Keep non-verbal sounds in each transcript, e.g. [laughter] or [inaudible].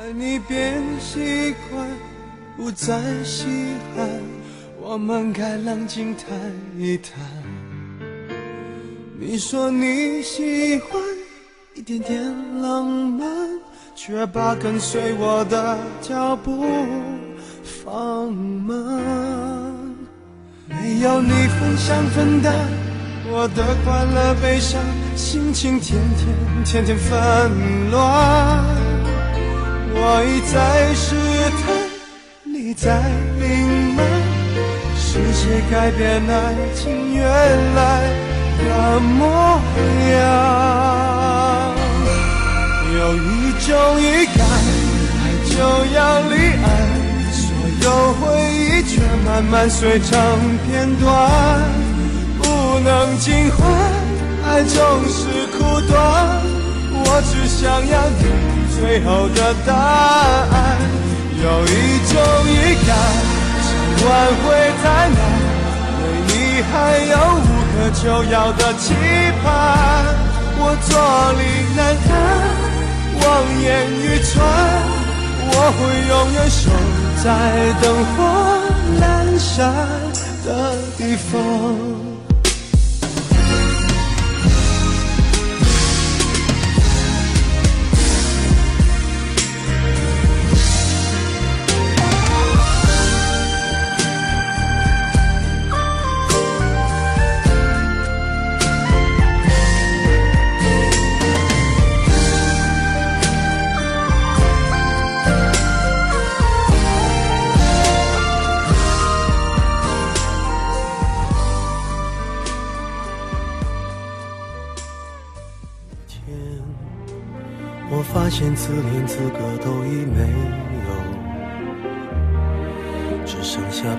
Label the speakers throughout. Speaker 1: 爱你变习惯，不再稀罕，我们该冷静谈一谈。你说你喜欢一点点浪漫，却把跟随我的脚步放慢。没有你分享分担我的快乐悲伤，心情天天天天纷乱。我一再试探，你在隐瞒，世界改变爱情原来的模样。有一种预感，爱就要离岸，所有回忆却慢慢碎成片段，不能尽欢，爱总是苦短。我只想要你最后的答案。有一种预感，想挽回太难，对你还有无可救药的期盼。我坐立难安，望眼欲穿，我会永远守在灯火阑珊的地方。天，我发现自怜资格都已没有，只剩下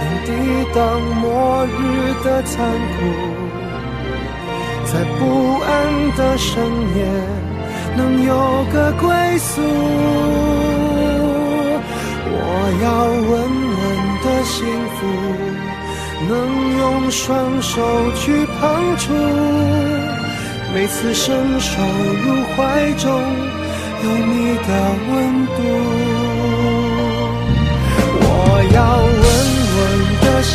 Speaker 1: 能抵挡末日的残酷，在不安的深夜能有个归宿。我要稳稳的幸福，能用双手去碰触，每次伸手入怀中有你的温度。我要稳稳的幸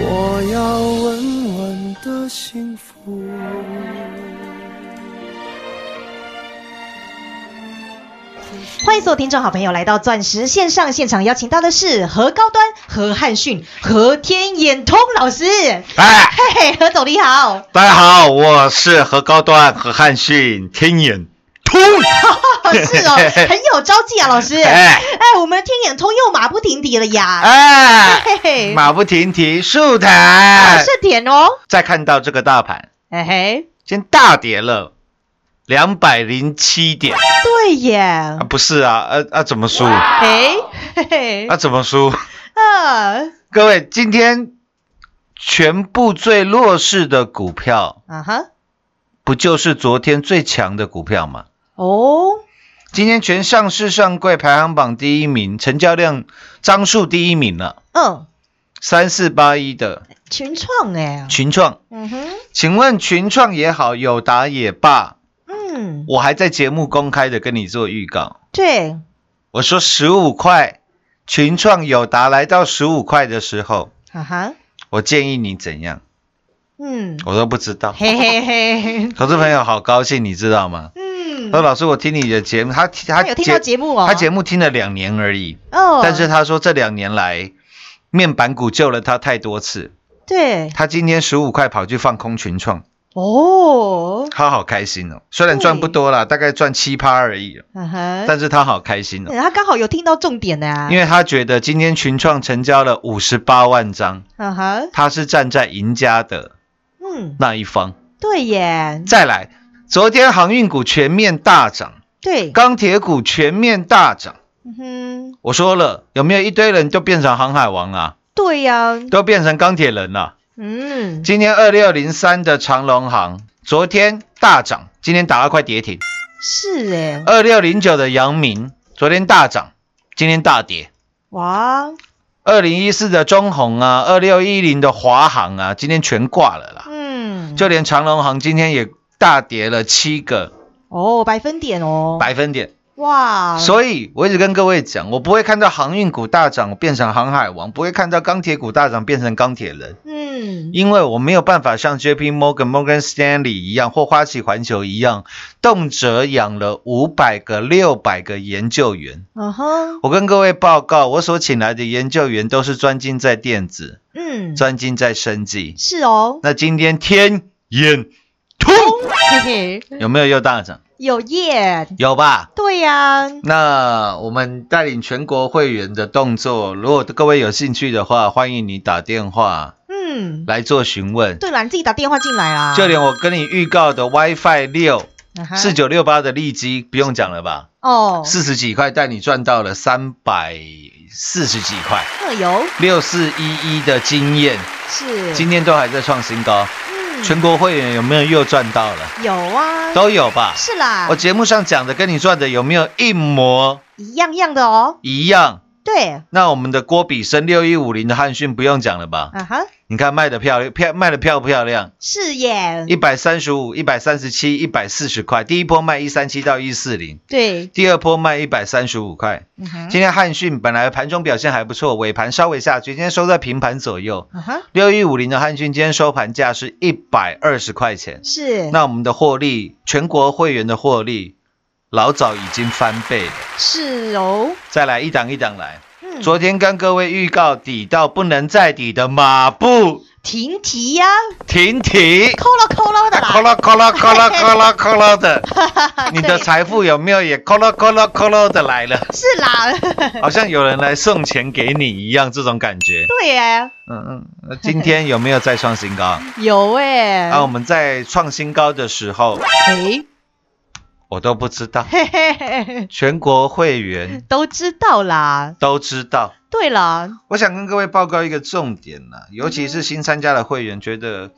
Speaker 1: 途。我要稳稳的幸福。
Speaker 2: 欢迎所有听众好朋友来到钻石线上现场，邀请到的是何高端、何汉逊、何天眼通老师。
Speaker 3: 哎，
Speaker 2: 嘿嘿，何总你好，
Speaker 3: 大家好，我是何高端、何汉逊、天眼通。
Speaker 2: 是哦，很有朝气啊，老师。
Speaker 3: 哎
Speaker 2: 哎，我们的天眼通又马不停蹄了呀。嘿
Speaker 3: 哎
Speaker 2: 嘿，
Speaker 3: 马不停蹄，竖
Speaker 2: 啊
Speaker 3: 弹。
Speaker 2: 是甜哦。
Speaker 3: 再看到这个大盘，
Speaker 2: 哎嘿，
Speaker 3: 今天大跌了两百零七点
Speaker 2: 对耶
Speaker 3: 啊，。不是啊，啊啊怎么输？啊
Speaker 2: 哎，嘿嘿，
Speaker 3: 怎么输？
Speaker 2: 啊
Speaker 3: 各位，今天全部最弱势的股票，
Speaker 2: 啊哈，
Speaker 3: 不就是昨天最强的股票吗？
Speaker 2: 哦，
Speaker 3: 今天全上市上柜排行榜第一名，成交量张数第一名了。
Speaker 2: 嗯，
Speaker 3: 三四八一的
Speaker 2: 群创哎、
Speaker 3: 群创，
Speaker 2: 嗯哼，
Speaker 3: 请问群创也好，友达也罢，
Speaker 2: 嗯，
Speaker 3: 我还在节目公开的跟你做预告，
Speaker 2: 对，
Speaker 3: 我说十五块，群创友达来到十五块的时候，
Speaker 2: 哈啊哈，
Speaker 3: 我建议你怎样，
Speaker 2: 嗯，
Speaker 3: 我都不知道。
Speaker 2: 嘿嘿嘿，
Speaker 3: 投资朋友好高兴，你知道吗？
Speaker 2: 嗯，
Speaker 3: 他说老师，我听你的节目，他呃他
Speaker 2: 他有听到节目哦
Speaker 3: 他节目听了两年而已，
Speaker 2: 哦，
Speaker 3: 但是他说这两年来面板股救了他太多次，
Speaker 2: 对，
Speaker 3: 他今天十五块跑去放空群创，
Speaker 2: 哦，
Speaker 3: 他好开心哦。虽然赚不多啦，大概赚七趴而已，哦
Speaker 2: 嗯哼，
Speaker 3: 但是他好开心哦，
Speaker 2: 他刚好有听到重点呢、啊，
Speaker 3: 因
Speaker 2: 为，
Speaker 3: 为他觉得今天群创成交了五十八万张，
Speaker 2: 嗯哼，
Speaker 3: 他是站在赢家的
Speaker 2: 嗯，
Speaker 3: 那一方。
Speaker 2: 对耶，
Speaker 3: 再来，昨天航运股全面大涨，
Speaker 2: 对，
Speaker 3: 钢铁股全面大涨。
Speaker 2: 嗯哼，
Speaker 3: 我说了，有没有一堆人都变成航海王啦、
Speaker 2: 对呀、
Speaker 3: 都变成钢铁人了、
Speaker 2: 嗯，
Speaker 3: 今天二六零三的长隆行，昨天大涨，今天打到快跌停。
Speaker 2: 是哎，
Speaker 3: 二六零九的阳明，昨天大涨，今天大跌。
Speaker 2: 哇，
Speaker 3: 二零一四的中红啊，二六一零的华航啊，今天全挂了啦。
Speaker 2: 嗯，
Speaker 3: 就连长隆行今天也大跌了七个
Speaker 2: 哦，百分点哦，
Speaker 3: 百分点。
Speaker 2: 哇，
Speaker 3: 所以我一直跟各位讲，我不会看到航运股大涨变成航海王，不会看到钢铁股大涨变成钢铁人。
Speaker 2: 嗯，
Speaker 3: 因为我没有办法像 J P Morgan、Morgan Stanley 一样，或花旗环球一样，动辄养了五百个、六百个研究员。
Speaker 2: 嗯哼，
Speaker 3: 我跟各位报告，我所请来的研究员都是专精在电子、
Speaker 2: 嗯，
Speaker 3: 专精在生技。
Speaker 2: 是哦，
Speaker 3: 那今天天眼通
Speaker 2: 嘿嘿，
Speaker 3: 有没有又大涨？
Speaker 2: 有耶，
Speaker 3: 有吧？
Speaker 2: 对呀、
Speaker 3: 那我们带领全国会员的动作，如果各位有兴趣的话，欢迎你打电话
Speaker 2: 嗯，
Speaker 3: 来做询问。
Speaker 2: 对啦，你自己打电话进来啊啦，
Speaker 3: 就连我跟你预告的 WiFi 六
Speaker 2: 啊哈
Speaker 3: 四九六八的利基，不用讲了吧？
Speaker 2: 哦，
Speaker 3: 四十几块带你赚到了三百四十几块，
Speaker 2: 特油
Speaker 3: 六四一一的经验，
Speaker 2: 是，
Speaker 3: 今天都还在创新高。
Speaker 2: 嗯
Speaker 3: 全国会员有没有又赚到了？
Speaker 2: 有啊，
Speaker 3: 都有吧？
Speaker 2: 是啦
Speaker 3: 我，节目上讲的跟你赚的有没有一模
Speaker 2: 一样样的哦，
Speaker 3: 一样？
Speaker 2: 对，
Speaker 3: 那我们的郭比生六一五零的汉讯不用讲了吧？
Speaker 2: 啊哈，
Speaker 3: 你看卖的漂亮，漂卖的漂不漂亮？
Speaker 2: 是耶，
Speaker 3: 一百三十五、一百三十七、一百四十块，第一波卖一三七到一四零，
Speaker 2: 对，
Speaker 3: 第二波卖一百三十五块。
Speaker 2: 嗯哼，
Speaker 3: 今天汉讯本来盘中表现还不错，尾盘稍微下去，今天收在平盘左右。
Speaker 2: 啊哈，
Speaker 3: 六一五零的汉讯今天收盘价是一百二十块钱。
Speaker 2: 是，
Speaker 3: 那我们的获利，全国会员的获利，老早已经翻倍了。
Speaker 2: 是哦，
Speaker 3: 再来一档一档来，
Speaker 2: 嗯，
Speaker 3: 昨天跟各位预告底到不能再底的马步
Speaker 2: 停提呀、[laughs]
Speaker 3: 停蹄，
Speaker 2: 扣了扣了的
Speaker 3: 咔
Speaker 2: 啦，
Speaker 3: 啦咔啦咔啦咔啦咔啦的，你的
Speaker 2: 对
Speaker 3: 财富有没有也咔啦咔啦咔啦的来了？
Speaker 2: 是啦， [laughs]
Speaker 3: 好像有人来送钱给你一样，这种感觉。
Speaker 2: 对耶，
Speaker 3: 嗯嗯，那今天有没有再创新高？
Speaker 2: 有哎，
Speaker 3: 啊，我们在创新高的时候，
Speaker 2: 哎，
Speaker 3: 我都不知道，
Speaker 2: 嘿嘿嘿嘿，
Speaker 3: 全国会员
Speaker 2: 都知道啦，
Speaker 3: 都知道。
Speaker 2: 对啦，
Speaker 3: 我想跟各位报告一个重点啦，尤其是新参加的会员，觉得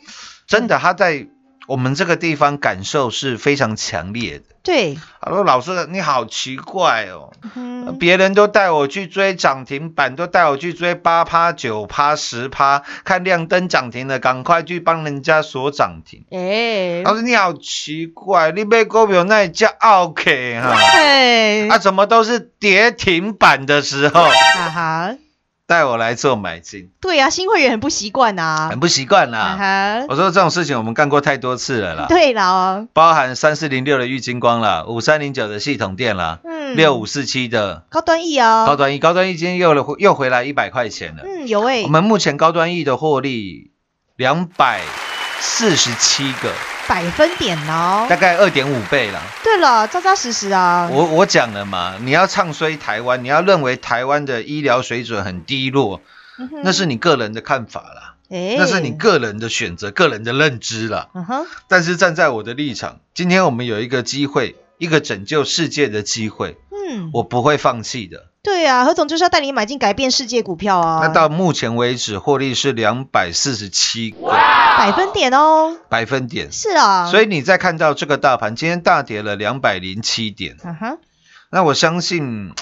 Speaker 3: 真的他在我们这个地方感受是非常强烈的。
Speaker 2: 对，
Speaker 3: 他说：“老师，你好奇怪哦，
Speaker 2: 嗯，
Speaker 3: 别人都带我去追涨停板，都带我去追八趴、九趴、十趴，看亮灯涨停的，赶快去帮人家锁涨停。”
Speaker 2: 哎，
Speaker 3: 老师你好奇怪，你买股票那也叫 OK 哈、
Speaker 2: 哎，
Speaker 3: 啊，怎么都是跌停板的时候
Speaker 2: 哈啊哈，
Speaker 3: 带我来做买进，
Speaker 2: 对呀、新会员很不习惯呐，
Speaker 3: 很不习惯啊
Speaker 2: 哈
Speaker 3: 啦。
Speaker 2: 哈，
Speaker 3: 我说这种事情我们干过太多次了啦，
Speaker 2: 哎对啦，
Speaker 3: 包含三四零六的玉金光啦，五三零九的系统店啦，
Speaker 2: 嗯，
Speaker 3: 六五四七的
Speaker 2: 高端 E 哦，
Speaker 3: 高端 E，高端 E 今天又了又回来一百块钱了。
Speaker 2: 嗯，有哎、
Speaker 3: 我们目前高端 E 的获利两百四十七个，
Speaker 2: 百分点哦
Speaker 3: 大。概二点五倍啦。
Speaker 2: 对了，扎扎实实啊。
Speaker 3: 我我讲了嘛，你要唱衰台湾，你要认为台湾的医疗水准很低落，
Speaker 2: 嗯哼
Speaker 3: 那是你个人的看法啦，
Speaker 2: 哎
Speaker 3: 那是你个人的选择、个人的认知啦。
Speaker 2: 嗯哼，
Speaker 3: 但是站在我的立场，今天我们有一个机会，一个拯救世界的机会，
Speaker 2: 嗯，
Speaker 3: 我不会放弃的。
Speaker 2: 对啊，何总就是要带你买进改变世界股票啊。
Speaker 3: 那到目前为止，获利是两百四十七个
Speaker 2: 百分点哦，
Speaker 3: 百分点。
Speaker 2: 是啊。
Speaker 3: 所
Speaker 2: 以，
Speaker 3: 以你再看到这个大盘今天大跌了两百零七点，
Speaker 2: 嗯哼，
Speaker 3: 那我相信，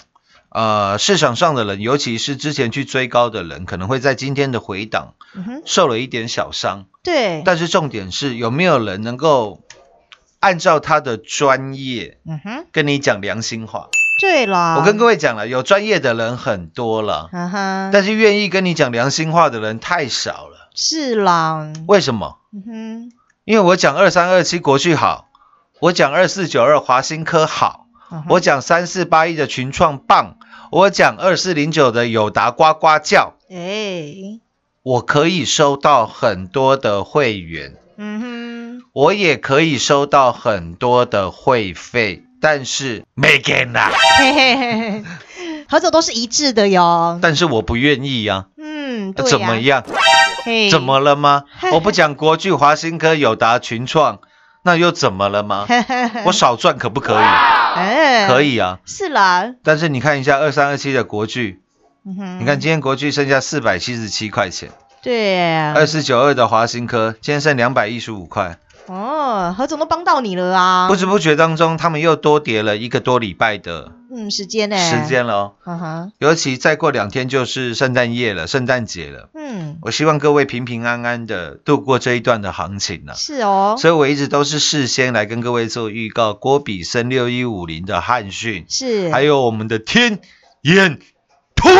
Speaker 3: 呃市场上的人，尤其是之前去追高的人，可能会在今天的回档
Speaker 2: 嗯哼，
Speaker 3: 受了一点小伤。
Speaker 2: 对，
Speaker 3: 但是重点是有没有人能够按照他的专业
Speaker 2: 嗯哼，
Speaker 3: 跟你讲良心话？
Speaker 2: 对啦，
Speaker 3: 我跟各
Speaker 2: 位，
Speaker 3: 位讲了，有专业的人很多了，
Speaker 2: 啊嗯哼，
Speaker 3: 但是愿意跟你讲良心话的人太少了。
Speaker 2: 是啦，
Speaker 3: 为什么？
Speaker 2: 嗯
Speaker 3: 因为我讲二三二七国巨好，我讲二四九二华新科好，
Speaker 2: 嗯哼，
Speaker 3: 我讲三四八一的群创棒，我讲二四零九的友达呱呱叫，
Speaker 2: 哎，
Speaker 3: 我可以收到很多的会员，
Speaker 2: 嗯哼，
Speaker 3: 我也可以收到很多的会费，但是没给啦，
Speaker 2: 嘿嘿嘿嘿，何总都是一致的哟，
Speaker 3: 但是我不愿意呀、
Speaker 2: 嗯，
Speaker 3: 啊，
Speaker 2: 对呀，
Speaker 3: 怎么样？
Speaker 2: 嘿？？
Speaker 3: 怎么了吗我不讲国巨、华新科、友达、群创，那又怎么了吗？
Speaker 2: [laughs]
Speaker 3: 我少赚可不可以？
Speaker 2: 哎
Speaker 3: 可，以啊。
Speaker 2: 是啦，
Speaker 3: 但是你看一下二三二七的国巨，
Speaker 2: 嗯哼，
Speaker 3: 你看今天国巨剩下四百七十七块钱，
Speaker 2: 对，
Speaker 3: 二四九二的华新科今天剩两百一十五块，
Speaker 2: 哦，何总都帮到你了啊，
Speaker 3: 不知不觉当中他们又多跌了一个多礼拜的
Speaker 2: 嗯，时间呢？
Speaker 3: 时，间了哦。
Speaker 2: 嗯哼，
Speaker 3: 尤其再过两天就是圣诞夜了，圣诞节了，
Speaker 2: 嗯，
Speaker 3: 我希望各位平平安安的度过这一段的行情啊呢、
Speaker 2: 是哦，
Speaker 3: 所以我一直都是事先来跟各位做预告，郭比森六一五零的汉讯，
Speaker 2: 是，
Speaker 3: 还有我们的天眼通，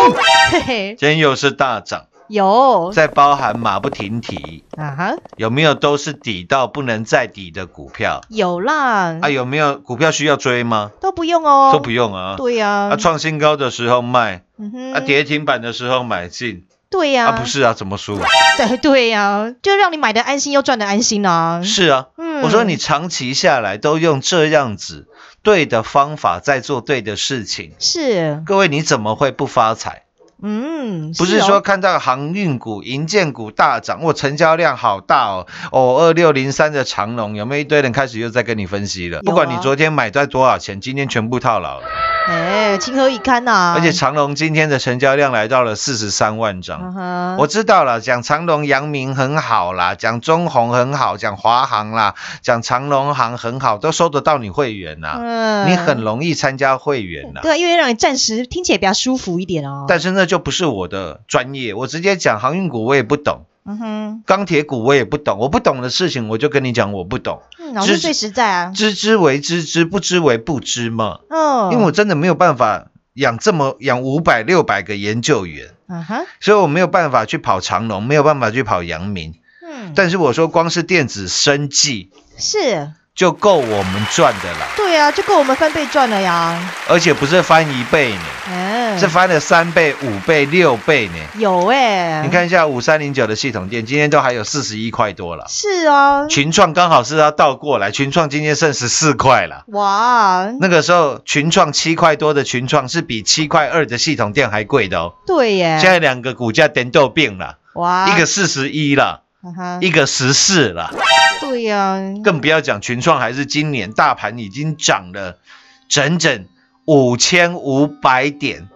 Speaker 2: 嘿嘿，
Speaker 3: 今天又是大涨，
Speaker 2: 有，
Speaker 3: 再包含马不停蹄，
Speaker 2: 啊哈，
Speaker 3: 有没有都是底到不能再底的股票？
Speaker 2: 有啦，
Speaker 3: 啊，有没有股票需要追吗？
Speaker 2: 都不用嗯哦，
Speaker 3: 都不用啊。
Speaker 2: 对呀，
Speaker 3: 啊，创新高的时候卖，
Speaker 2: 嗯哼，
Speaker 3: 啊，跌停板的时候买进，
Speaker 2: 对呀、
Speaker 3: 啊，不，是啊，怎么输？
Speaker 2: 对对呀、就让你买的安心又赚的安心啊。
Speaker 3: 是啊，
Speaker 2: 嗯
Speaker 3: 我说你长期下来都用这样子对的方法在做对的事情，
Speaker 2: 是，
Speaker 3: 各位你怎么会不发财？
Speaker 2: 嗯，
Speaker 3: 不是
Speaker 2: 哦
Speaker 3: 说看到航运股、银建股大涨，哇，成交量好大哦，哦，二六零三的长龙有没有一堆人开始又在跟你分
Speaker 2: 啊
Speaker 3: 析了？不管你昨天买在多少钱，今天全部套牢了，
Speaker 2: 哎，情何以堪呐、
Speaker 3: 而且长龙今天的成交量来到了四十三万
Speaker 2: 嗯
Speaker 3: 张。
Speaker 2: 哼，
Speaker 3: 我知道了，讲长隆、阳明很好啦，讲中红很好，讲华航啦，讲长隆行很好，都收得到你会员呐、
Speaker 2: 嗯
Speaker 3: 你很容易参加会员呐、
Speaker 2: 对啊，因为让你暂时听起来比较舒服一点哦。
Speaker 3: 但是那就不是我的专业，我直接讲航运股我也不懂，
Speaker 2: 嗯哼，
Speaker 3: 钢铁股我也不懂，我不懂的事情我就跟你讲我不懂，
Speaker 2: 嗯，老师
Speaker 3: 知
Speaker 2: 最实在啊。
Speaker 3: 知之为知之，不知为不知嘛。
Speaker 2: 嗯，
Speaker 3: 因为我真的没有办法养这么养五百六百个研究员，
Speaker 2: 啊哈，
Speaker 3: 所以我没有办法去跑长隆，没有办法去跑阳明。
Speaker 2: 嗯，
Speaker 3: 但是我说光是电子生技
Speaker 2: 是，
Speaker 3: 就够我们赚的啦，
Speaker 2: 对啊，就够我们翻倍赚了呀。
Speaker 3: 而且不是翻一倍呢，
Speaker 2: 嗯，
Speaker 3: 是翻了三倍、五倍、六倍呢。
Speaker 2: 有哎、
Speaker 3: 你，看一下五三零九的系统店，今天都还有四十一块多了。
Speaker 2: 是啊，
Speaker 3: 群创刚好是要倒过来，群创今天剩十四块了。
Speaker 2: 哇，
Speaker 3: 那个时候群创七块多的群创是比七块二的系统店还贵的哦。
Speaker 2: 对耶，
Speaker 3: 现在两个股价点豆病了，
Speaker 2: 哇，
Speaker 3: 一个四十一了，
Speaker 2: 啊哈，
Speaker 3: 一个十四了，
Speaker 2: 对呀、
Speaker 3: 更不要讲群创还是今年大盘已经涨了整整五千五百点，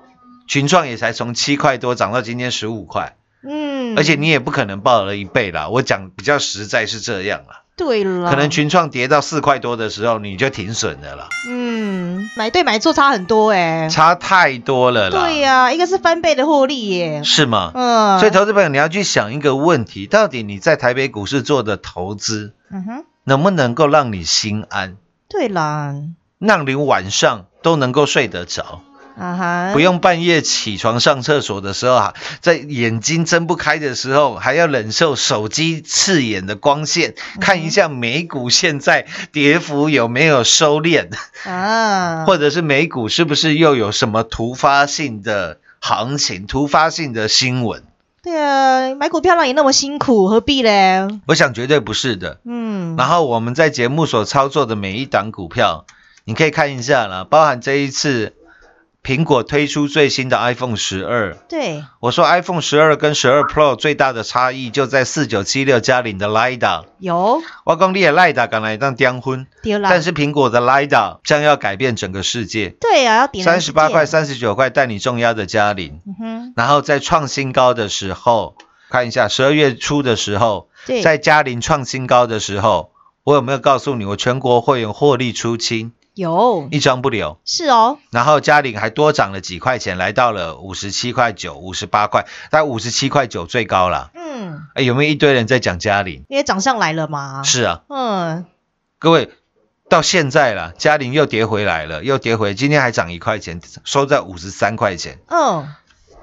Speaker 3: 群创也才从七块多涨到今天十五块，
Speaker 2: 嗯，
Speaker 3: 而且你也不可能报了一倍啦。我讲比较实在是这样啦，
Speaker 2: 对了，
Speaker 3: 可能群创跌到四块多的时候你就停损了啦，
Speaker 2: 嗯，买对买错差很多哎、
Speaker 3: 差太多了啦。
Speaker 2: 对呀、一个是翻倍的获利耶，
Speaker 3: 是吗？
Speaker 2: 嗯，
Speaker 3: 所以，投资朋友，你要去想一个问题：到底你在台北股市做的投资，
Speaker 2: 嗯哼，
Speaker 3: 能不能够让你心安，
Speaker 2: 对啦，
Speaker 3: 让你晚上都能够睡得着，
Speaker 2: 啊哈，
Speaker 3: 不，用半夜起床上厕所的时候，啊，在眼睛睁不开的时候，还要忍受手机刺眼的光线，
Speaker 2: 嗯
Speaker 3: 看一下美股现在跌幅有没有收敛，
Speaker 2: 啊，
Speaker 3: 或者是美股是不是又有什么突发性的行情、突发性的新闻？
Speaker 2: 对啊，买股票让你那么辛苦，何必嘞？
Speaker 3: 我想绝对不是的。
Speaker 2: 嗯，
Speaker 3: 然后我们在节目所操作的每一档股票，你可以看一下啦，包含这一次苹果推出最新的 iPhone 十二。
Speaker 2: 对，
Speaker 3: 我说 iPhone 十二跟十二 Pro 最大的差异就在四九七六加零的 LiDAR。
Speaker 2: 有
Speaker 3: 我讲你的 LiDAR 敢来当颠昏，
Speaker 2: 丢啦，
Speaker 3: 但是苹果的 LiDAR 将要改变整个世界。
Speaker 2: 对啊，要点燃
Speaker 3: 三十八
Speaker 2: 世界
Speaker 3: 块、，三十九块带你重压的加零，
Speaker 2: 嗯哼，
Speaker 3: 然后在创新高的时候，看一下十二月初的时候，
Speaker 2: 对，
Speaker 3: 在嘉陵创新高的时候，我有没有告诉你我全国会员获利出清？
Speaker 2: 有
Speaker 3: 一张不留。
Speaker 2: 是哦，
Speaker 3: 然后嘉玲还多涨了几块钱，来到了五十七块九、五十八块，但五十七块九最高了。
Speaker 2: 嗯，
Speaker 3: 哎，有没有一堆人在讲嘉玲？
Speaker 2: 因为涨上来了嘛。，
Speaker 3: 是啊，
Speaker 2: 嗯，
Speaker 3: 各位到现在了，嘉玲又跌回来了，又跌回，今天还涨一块钱，收在五十三块钱。
Speaker 2: 嗯，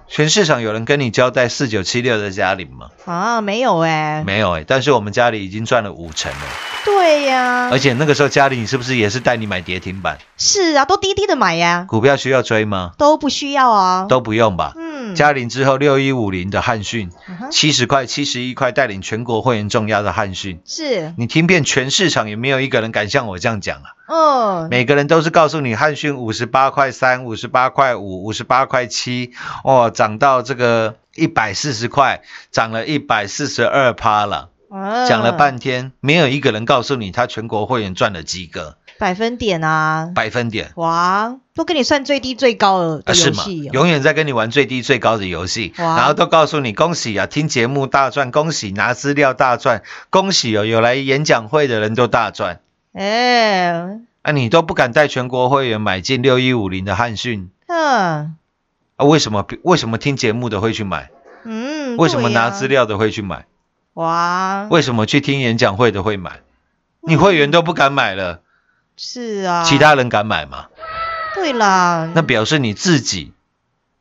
Speaker 3: 全市场有人跟你交代四九七六的嘉玲吗？
Speaker 2: 啊，没有哎、
Speaker 3: 没有哎、但是我们嘉玲已经赚了五成了，
Speaker 2: 对呀、
Speaker 3: 而且那个时候嘉玲是不是也是带你买跌停板？
Speaker 2: 是啊，都低低的买呀、
Speaker 3: 股票需要追吗？
Speaker 2: 都不需要啊。，
Speaker 3: 都不用吧。
Speaker 2: 嗯，
Speaker 3: 嘉玲之后六一五零的汉讯，
Speaker 2: 嗯哼
Speaker 3: 七十块、七十一块带领全国会员重压的汉讯，
Speaker 2: 是，
Speaker 3: 你听遍全市场也没有一个人敢像我这样讲啊！
Speaker 2: 嗯，
Speaker 3: 每个人都是告诉你汉讯五十八块三、五十八块五、五十八块七，哦，涨到这个一百四十块，涨了一百四十二趴
Speaker 2: 嗯
Speaker 3: 了。讲了半天，没有一个人告诉你他全国会员赚了几个
Speaker 2: 嗯百分点啊，
Speaker 3: 百分点。
Speaker 2: 哇，都跟你算最低最高了
Speaker 3: 啊，
Speaker 2: 的
Speaker 3: 是
Speaker 2: 游
Speaker 3: 吗？
Speaker 2: 戏、哦
Speaker 3: 永远在跟你玩最低最高的游戏，
Speaker 2: 哇
Speaker 3: 然后都告诉你恭喜啊，听节目大赚，恭喜拿资料大赚，恭喜哦，有来演讲会的人都大赚。
Speaker 2: 哎、
Speaker 3: 啊，你都不敢带全国会员买进六一五零的汉讯
Speaker 2: 嗯
Speaker 3: 啊？为什么？为什么听节目的会去买？
Speaker 2: 嗯，
Speaker 3: 为什么
Speaker 2: 对呀
Speaker 3: 拿资？料的会去买？
Speaker 2: 哇，
Speaker 3: 为什么去听演讲会的会买？你会员都不敢买了，
Speaker 2: 是啊，
Speaker 3: 其他人敢买吗？
Speaker 2: 对啦，
Speaker 3: 那表示你自己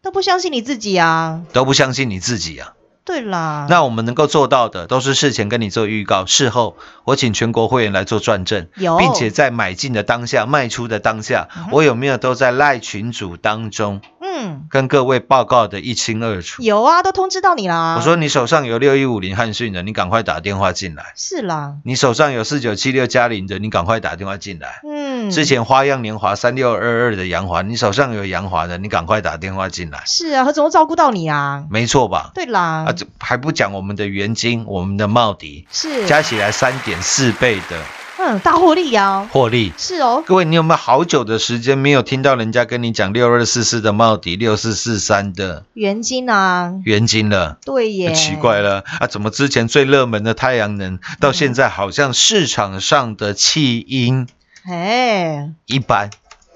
Speaker 2: 都不相信你自己啊，
Speaker 3: 都不相信你自己啊！
Speaker 2: 对啦，
Speaker 3: 那我们能够做到的，都是事前跟你做预告，事后我请全国会员来做转正，
Speaker 2: 有
Speaker 3: 并且在买进的当下、卖出的当下，我有没有都在赖群组当中
Speaker 2: 嗯，
Speaker 3: 跟各位报告的一清二楚？
Speaker 2: 有啊，都通知到你啦。
Speaker 3: 我说你手上有六一五零汉讯的，你赶快打电话进来；
Speaker 2: 是啦，
Speaker 3: 你手上有四九七六嘉陵的，你赶快打电话进来。
Speaker 2: 嗯，
Speaker 3: 之前花样年华三六二二的杨华，你手上有杨华的，你赶快打电话进来，
Speaker 2: 是啊，何总都照顾到你啊，
Speaker 3: 没错吧？
Speaker 2: 对啦，
Speaker 3: 啊，这还不讲我们的元金，我们的茂迪，
Speaker 2: 是，
Speaker 3: 加起来三点四倍的
Speaker 2: 嗯，大获利啊，
Speaker 3: 获利。
Speaker 2: 是哦，
Speaker 3: 各位，你有没有好久的时间没有听到人家跟你讲六二四四的茂迪、六四四三的
Speaker 2: 原金啊，
Speaker 3: 元金了？
Speaker 2: 对耶，
Speaker 3: 奇怪了啊！怎么之前最热门的太阳能，到现在好像市场上的弃婴
Speaker 2: 哎，
Speaker 3: 一般，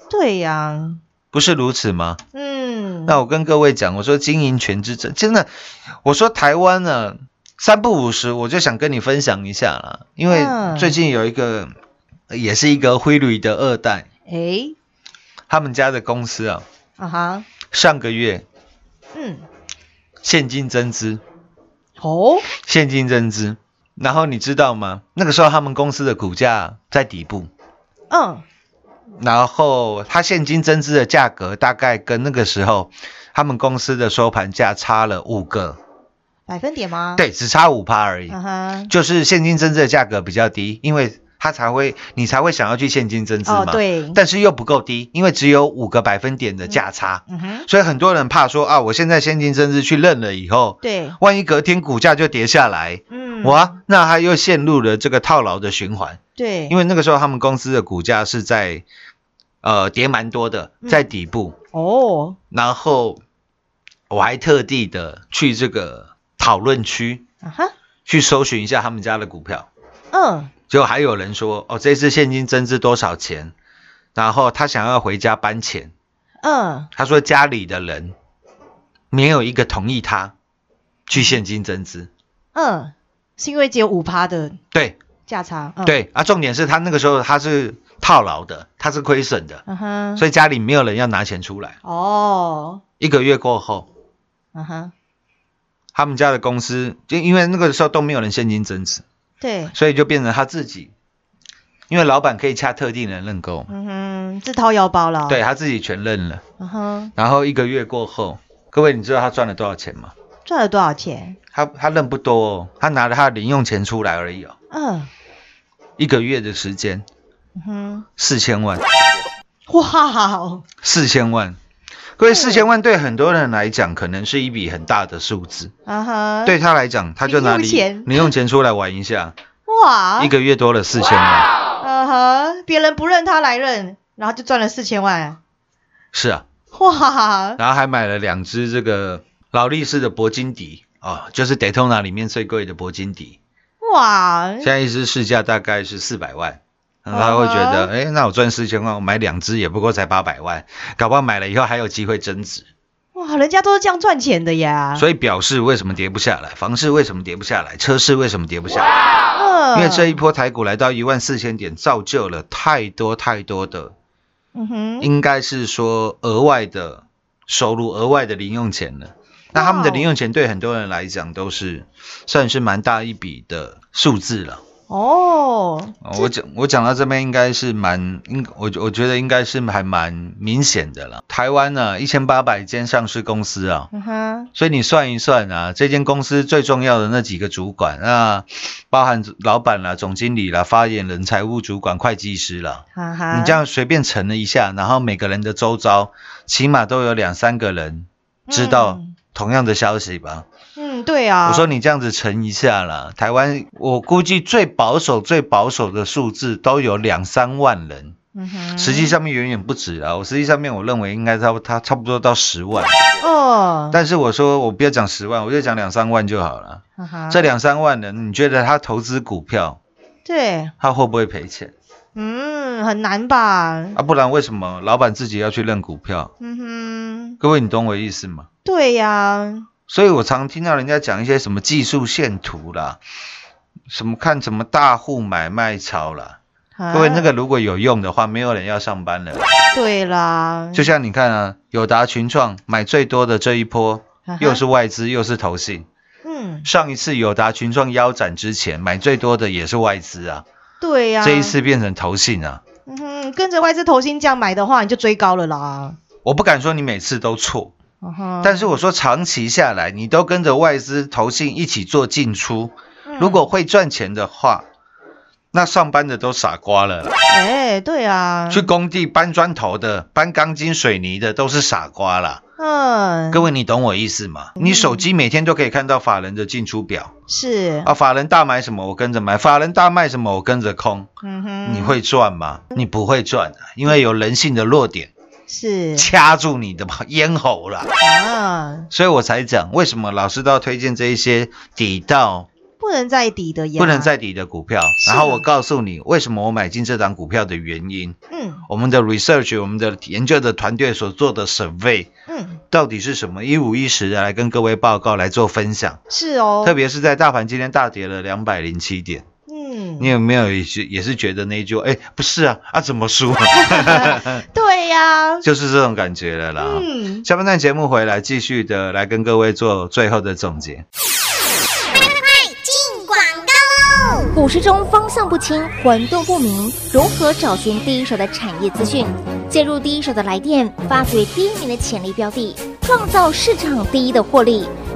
Speaker 2: 对呀、
Speaker 3: 不是如此吗？
Speaker 2: 嗯，
Speaker 3: 那我跟各位讲，我说经营权之争，真的，我说台湾呢、三不五时，我就想跟你分享一下啦，因为
Speaker 2: 嗯
Speaker 3: 最近有一个，呃也是一个灰驴的二代，
Speaker 2: 哎，
Speaker 3: 他们家的公司啊，
Speaker 2: 啊哈，
Speaker 3: 上个月
Speaker 2: 嗯，
Speaker 3: 现金增资，
Speaker 2: 哦，
Speaker 3: 现金增资。然后你知道吗？那个时候他们公司的股价在底部，
Speaker 2: 嗯，
Speaker 3: 然后它现金增资的价格大概跟那个时候他们公司的收盘价差了五个，
Speaker 2: 百分点吗？，
Speaker 3: 对，只差五趴而已。
Speaker 2: 啊哈，
Speaker 3: 就是现金增资的价格比较低，因为它才会你才会想要去现金增资嘛。
Speaker 2: 哦，。对，
Speaker 3: 但是又不够低，因为只有五个百分点的价差，
Speaker 2: 嗯哼，
Speaker 3: 所以很多人怕说啊，我现在现金增资去认了以后，
Speaker 2: 对，
Speaker 3: 万一隔天股价就跌下来，
Speaker 2: 嗯，，
Speaker 3: 哇，那他又陷入了这个套牢的循环。
Speaker 2: 对，
Speaker 3: 因
Speaker 2: 为
Speaker 3: 为那个时候他们公司的股价是在呃跌蛮多的，在底部，
Speaker 2: 哦，
Speaker 3: 然后我还特地的去这个讨论区
Speaker 2: 啊哈，
Speaker 3: 去搜寻一下他们家的股票，
Speaker 2: 嗯，
Speaker 3: 结果还有人说哦，这次现金增资多少钱？然后他想要回家搬钱，
Speaker 2: 嗯，
Speaker 3: 他说家里的人没有一个同意他去现金增资。
Speaker 2: 嗯，是因为只有五趴的
Speaker 3: 对，
Speaker 2: 价差，嗯，，
Speaker 3: 对啊，重点是他那个时候他是套牢的，他是亏损的，
Speaker 2: 嗯哼，
Speaker 3: 所以家里没有人要拿钱出来。
Speaker 2: 哦，
Speaker 3: 一个月过后，
Speaker 2: 嗯哼，
Speaker 3: 他们家的公司就因为那个时候都没有人现金增值，
Speaker 2: 对，
Speaker 3: 所以就变成他自己，因为老板可以掐特定人认购嘛，
Speaker 2: 嗯哼，自掏腰包了，
Speaker 3: 对，啊他自己全认了。
Speaker 2: 嗯哼，
Speaker 3: 然后一个月过后，各位你知道他赚了多少钱吗？
Speaker 2: 赚了多少钱？
Speaker 3: 他他认不多、哦，他拿了他的零用钱出来而已哦，
Speaker 2: 嗯，
Speaker 3: 一个月的时间
Speaker 2: 嗯哼，
Speaker 3: 四千万。
Speaker 2: 哇哦，
Speaker 3: 四千万。各位，四千万对很多人来讲，可能是一笔很大的数字。
Speaker 2: 啊哈，
Speaker 3: 对，他来讲，他就拿
Speaker 2: 零用钱啊
Speaker 3: 零零用钱出来玩一下，
Speaker 2: 哇，
Speaker 3: 一，个月多了四千万。
Speaker 2: 啊哈，别人不认他来认，然后就赚了四千万，
Speaker 3: 是啊，
Speaker 2: 哇，
Speaker 3: 然后还买了两只这个劳力士的铂金迪哦，就是 Daytona 里面最贵的铂金迪，
Speaker 2: 哇，
Speaker 3: 现在一只市价大概是四百万。他会觉
Speaker 2: 嗯
Speaker 3: 得，
Speaker 2: 哼
Speaker 3: 哎、那我赚四千万，我买两只也不过才八百万，搞不好买了以后还有机会增值。
Speaker 2: 哇，人家都是这样赚钱的呀。
Speaker 3: 所以表示为什么跌不下来，房市为什么跌不下来，车市为什么跌不下来？
Speaker 2: 以
Speaker 3: 因为这一波台股来到一万四千点，造就了太多太多的，
Speaker 2: 嗯哼，
Speaker 3: 应该是说额外的收入、额外的零用钱了。那他们的
Speaker 2: 哇哦
Speaker 3: 零用钱对很多人来讲都是算是蛮大一笔的数字了。
Speaker 2: 哦，
Speaker 3: 哦我讲我讲到这边应该是蛮应我我觉得应该是还蛮明显的了。台湾啊呢一千八百间上市公司啊，
Speaker 2: 嗯哼，
Speaker 3: 所以你算一算啊，这间公司最重要的那几个主管，那包含老板啦、总经理啦、发言人、财务主管、会计师啦，
Speaker 2: 哈哈，
Speaker 3: 你这样随便乘了一下，然后每个人的周遭起码都有两三个人知道
Speaker 2: 嗯
Speaker 3: 同样的消息吧。
Speaker 2: 嗯，对啊，
Speaker 3: 我说你这样子乘一下啦，台湾我估计最保守、最保守的数字都有两三万人。
Speaker 2: 嗯哼，
Speaker 3: 实际上面远远不止啊，我实际上面我认为应该差不它差不多到十万，
Speaker 2: 哦，
Speaker 3: 但是我说我不要讲十万，我就讲两三万就好了。
Speaker 2: 哈哈
Speaker 3: 这两三万人，你觉得他投资股票，
Speaker 2: 对，
Speaker 3: 他会不会赔钱
Speaker 2: 嗯，很难吧？
Speaker 3: 啊？不然为什么老板自己要去认股票？
Speaker 2: 嗯哼，
Speaker 3: 各位，你懂我意思吗？
Speaker 2: 对呀、
Speaker 3: 所以我常听到人家讲一些什么技术线图啦，什么看什么大户买卖潮啦。
Speaker 2: 啊
Speaker 3: 各位，那个如果有用的话，没有人要上班了。
Speaker 2: 对啦，
Speaker 3: 就像你看啊，友达、群创买最多的这一波，
Speaker 2: 啊哈
Speaker 3: 又是外资又是投信。
Speaker 2: 嗯，
Speaker 3: 上一次友达、群创腰斩之前，买最多的也是外资啊，
Speaker 2: 对呀、
Speaker 3: 这一，次变成投信啊。
Speaker 2: 嗯哼，跟着外资投新这样买的话，你就追高了啦。
Speaker 3: 我不敢说你每次都错，
Speaker 2: 嗯哼，
Speaker 3: 但是我说长期下来，你都跟着外资、投信一起做进出，
Speaker 2: 嗯
Speaker 3: 如果会赚钱的话，那上班的都傻瓜了，
Speaker 2: 哎、对啊，
Speaker 3: 去工地搬砖头的、搬钢筋水泥的都是傻瓜啦。
Speaker 2: 嗯，
Speaker 3: 各位，你懂我意思吗？你手机每天都可以看到法人的进出表
Speaker 2: 是，
Speaker 3: 啊，法人大买什么我跟着买，法人大卖什么我跟着空，
Speaker 2: 嗯哼，
Speaker 3: 你会赚吗？你不会赚啊，因为有人性的弱点
Speaker 2: 是
Speaker 3: 掐住你的咽喉了。
Speaker 2: 啊，
Speaker 3: 所以我才讲为什么老师都要推荐这一些底到
Speaker 2: 不能再底的呀，
Speaker 3: 不能再底的股票。
Speaker 2: 是啊
Speaker 3: 然后我告诉你为什么我买进这档股票的原因，
Speaker 2: 嗯
Speaker 3: 我们的 research，我们的研究的团队所做的 survey
Speaker 2: 嗯，
Speaker 3: 到底是什么，一五一十的来跟各位报告来做分享。
Speaker 2: 是哦，
Speaker 3: 特别是在大盘今天大跌了两百零七点，
Speaker 2: 嗯，
Speaker 3: 你有没有也是也是觉得那一句哎不是啊啊 [laughs] 怎么输、
Speaker 2: 对呀、
Speaker 3: 就是这种感觉了啦。
Speaker 2: 嗯，
Speaker 3: 下半段节目回来继续的来跟各位做最后的总结。
Speaker 4: 进广告喽！股市中方向不清、混沌不明，如何找寻第一手的产业资讯？介入第一手的来电，发掘第一名的潜力标的，创造市场第一的获利。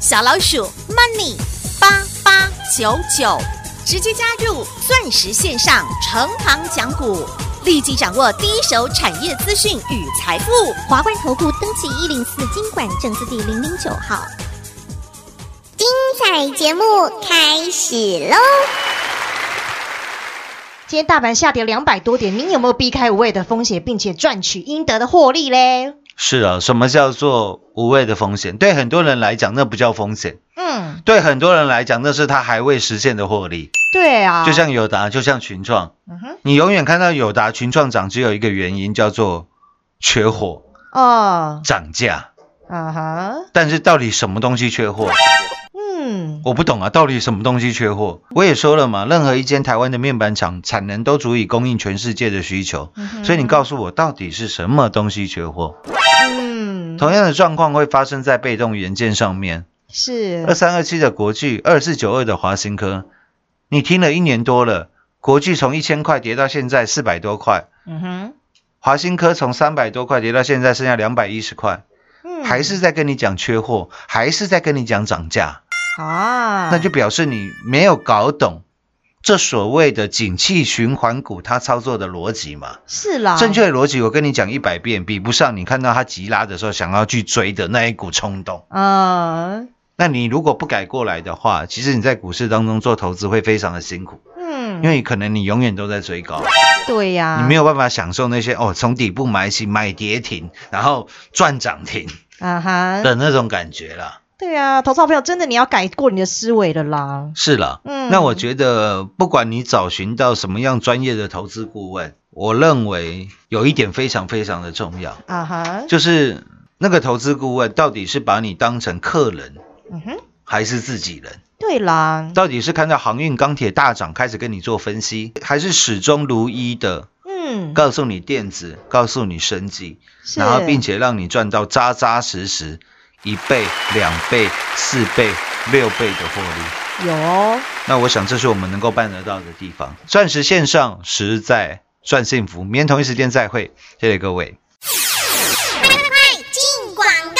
Speaker 4: 小老鼠 Money 八八九九，直接加入钻石线上成行讲股，立即掌握第一手产业资讯与财富。华冠投顾登记一零四经管证字第零零九号。
Speaker 5: 彩节目开始喽！
Speaker 2: 今天大盘下跌两百多点，您有没有避开无谓的风险，并且赚取应得的获利嘞？
Speaker 3: 是啊，什么叫做无谓的风险？对很多人来讲，那不叫风险；
Speaker 2: 嗯，
Speaker 3: 对很多人来讲，那是他还未实现的获利。
Speaker 2: 对啊，
Speaker 3: 就像友达，就像群创，
Speaker 2: 嗯哼，
Speaker 3: 你永远看到友达、群创涨，只有一个原因，叫做缺货、
Speaker 2: 哦，
Speaker 3: 涨价。
Speaker 2: 啊哈，
Speaker 3: 但是到底什么东西缺货？
Speaker 2: 嗯，
Speaker 3: 我不懂啊，到底什么东西缺货？我也说了嘛，任何一间台湾的面板厂产能都足以供应全世界的需求，所以你告诉我到底是什么东西缺货？
Speaker 2: 嗯，
Speaker 3: 同样的状况会发生在被动元件上面，
Speaker 2: 是
Speaker 3: 二，三二七的国巨，二四九二的华新科，你听了一年多了，国巨从一千块跌到现在四百多块，
Speaker 2: 嗯哼，
Speaker 3: 华新科从三百多块跌到现在剩下两百一十块，
Speaker 2: 嗯
Speaker 3: 还是在跟你讲缺货，还是在跟你讲涨价，
Speaker 2: 啊，
Speaker 3: 那就表示你没有搞懂这所谓的景气循环股它操作的逻辑嘛。
Speaker 2: 是啦，
Speaker 3: 正确的逻辑，我跟你讲一百遍，比不上你看到它急拉的时候想要去追的那一股冲动。
Speaker 2: 呃，
Speaker 3: 那你如果不改过来的话，其实你在股市当中做投资会非常的辛苦，因
Speaker 2: 嗯，啊
Speaker 3: 为可能你永远都在追高，
Speaker 2: 对呀、
Speaker 3: 你没有办法享受那些哦从底部买起买跌停，然后赚涨停
Speaker 2: 啊哈，
Speaker 3: 的那种感觉啦。
Speaker 2: 对呀、投资好朋友真的你要改过你的思维了啦。
Speaker 3: 是了，
Speaker 2: 嗯
Speaker 3: 那我觉得不管你找寻到什么样专业的投资顾问，我认为有一点非常非常的重要，
Speaker 2: 啊哈，
Speaker 3: 就是那个投资顾问到底是把你当成客人
Speaker 2: 嗯哼，
Speaker 3: 还是自己人。
Speaker 2: 对啦，
Speaker 3: 到底是看到航运、钢铁大涨开始跟你做分析，还是始终如一的
Speaker 2: 嗯，
Speaker 3: 告诉你电子、告诉你生技，
Speaker 2: 是
Speaker 3: 然后并且让你赚到扎扎实实一倍、两倍、四倍、六倍的获利？
Speaker 2: 有哦，
Speaker 3: 那我想这是我们能够办得到的地方。钻石线上实在赚幸福，明天同一时间再会，谢谢各位。
Speaker 5: 进广告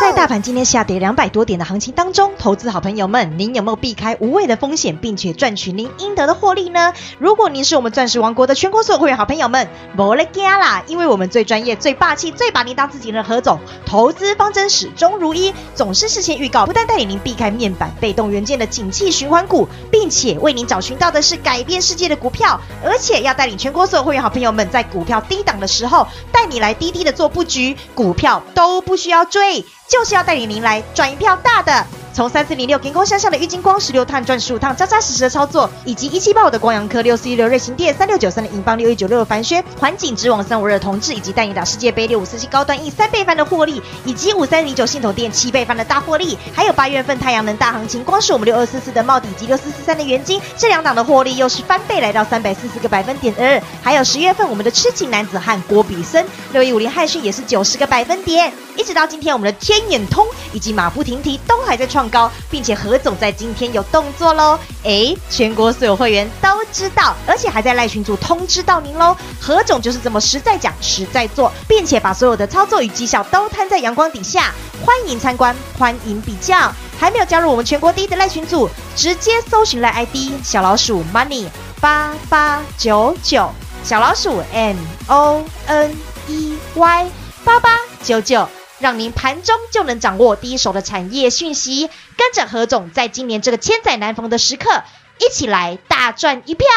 Speaker 2: 在大盘今天下跌两百多点的行情当中，投资好朋友们，您有没有避开无谓的风险，并且赚取您应得的获利呢？如果您是我们钻石王国的全国所有会员好朋友们，莫勒加啦，因为我们最专业、最霸气、最把您当自己人的何总，投资方针始终如一，总是事先预告，不但带领您避开面板、被动元件的景气循环股，并且为您找寻到的是改变世界的股票，而且要带领全国所有会员好朋友们在股票低档的时候，带你来低低的做布局，股票都不需要追，就是要带领您来赚一票大的。从三四零六天空山上的郁金光十六趟赚十五趟，扎扎实实的操作，以及一七八五的光阳科六四一六瑞行店三六九三的银邦六一九六的凡轩环景之王三五二的同志，以及带你打世界杯六五四七高端 E 三倍翻的获利，以及五三零九信统店七倍翻的大获利，还有八月份太阳能大行情，光是我们六二四四的茂底及六四四三的元金，这两档的获利又是翻倍来到三百四十个百分点二，还有十月份我们的痴情男子汉郭比森六一五零汉逊也是九十个百分点，一直到今天我们的天眼通以及马不停蹄都还在创高，并且何总在今天有动作喽，诶，全国所有会员都知道，而且还在赖群组通知到您喽，何总就是这么实在讲实在做，并且把所有的操作与绩效都摊在阳光底下，欢迎参观，欢迎比较。还没有加入我们全国第一的赖群组，直接搜寻赖 ID 小老鼠 money 八八九九，小老鼠 m o n e y 八八九九，让您盘中就能掌握第一手的产业讯息，跟着何总在今年这个千载难逢的时刻，一起来大赚一票。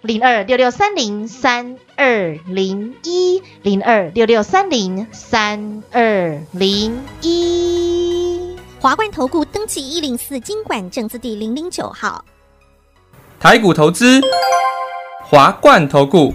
Speaker 2: 零二六六三零三二零一，零二六六三零三二零一。
Speaker 5: 华冠投顾登记一零四经管证字第零零九号。
Speaker 6: 台股投资，华冠投顾，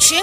Speaker 4: 全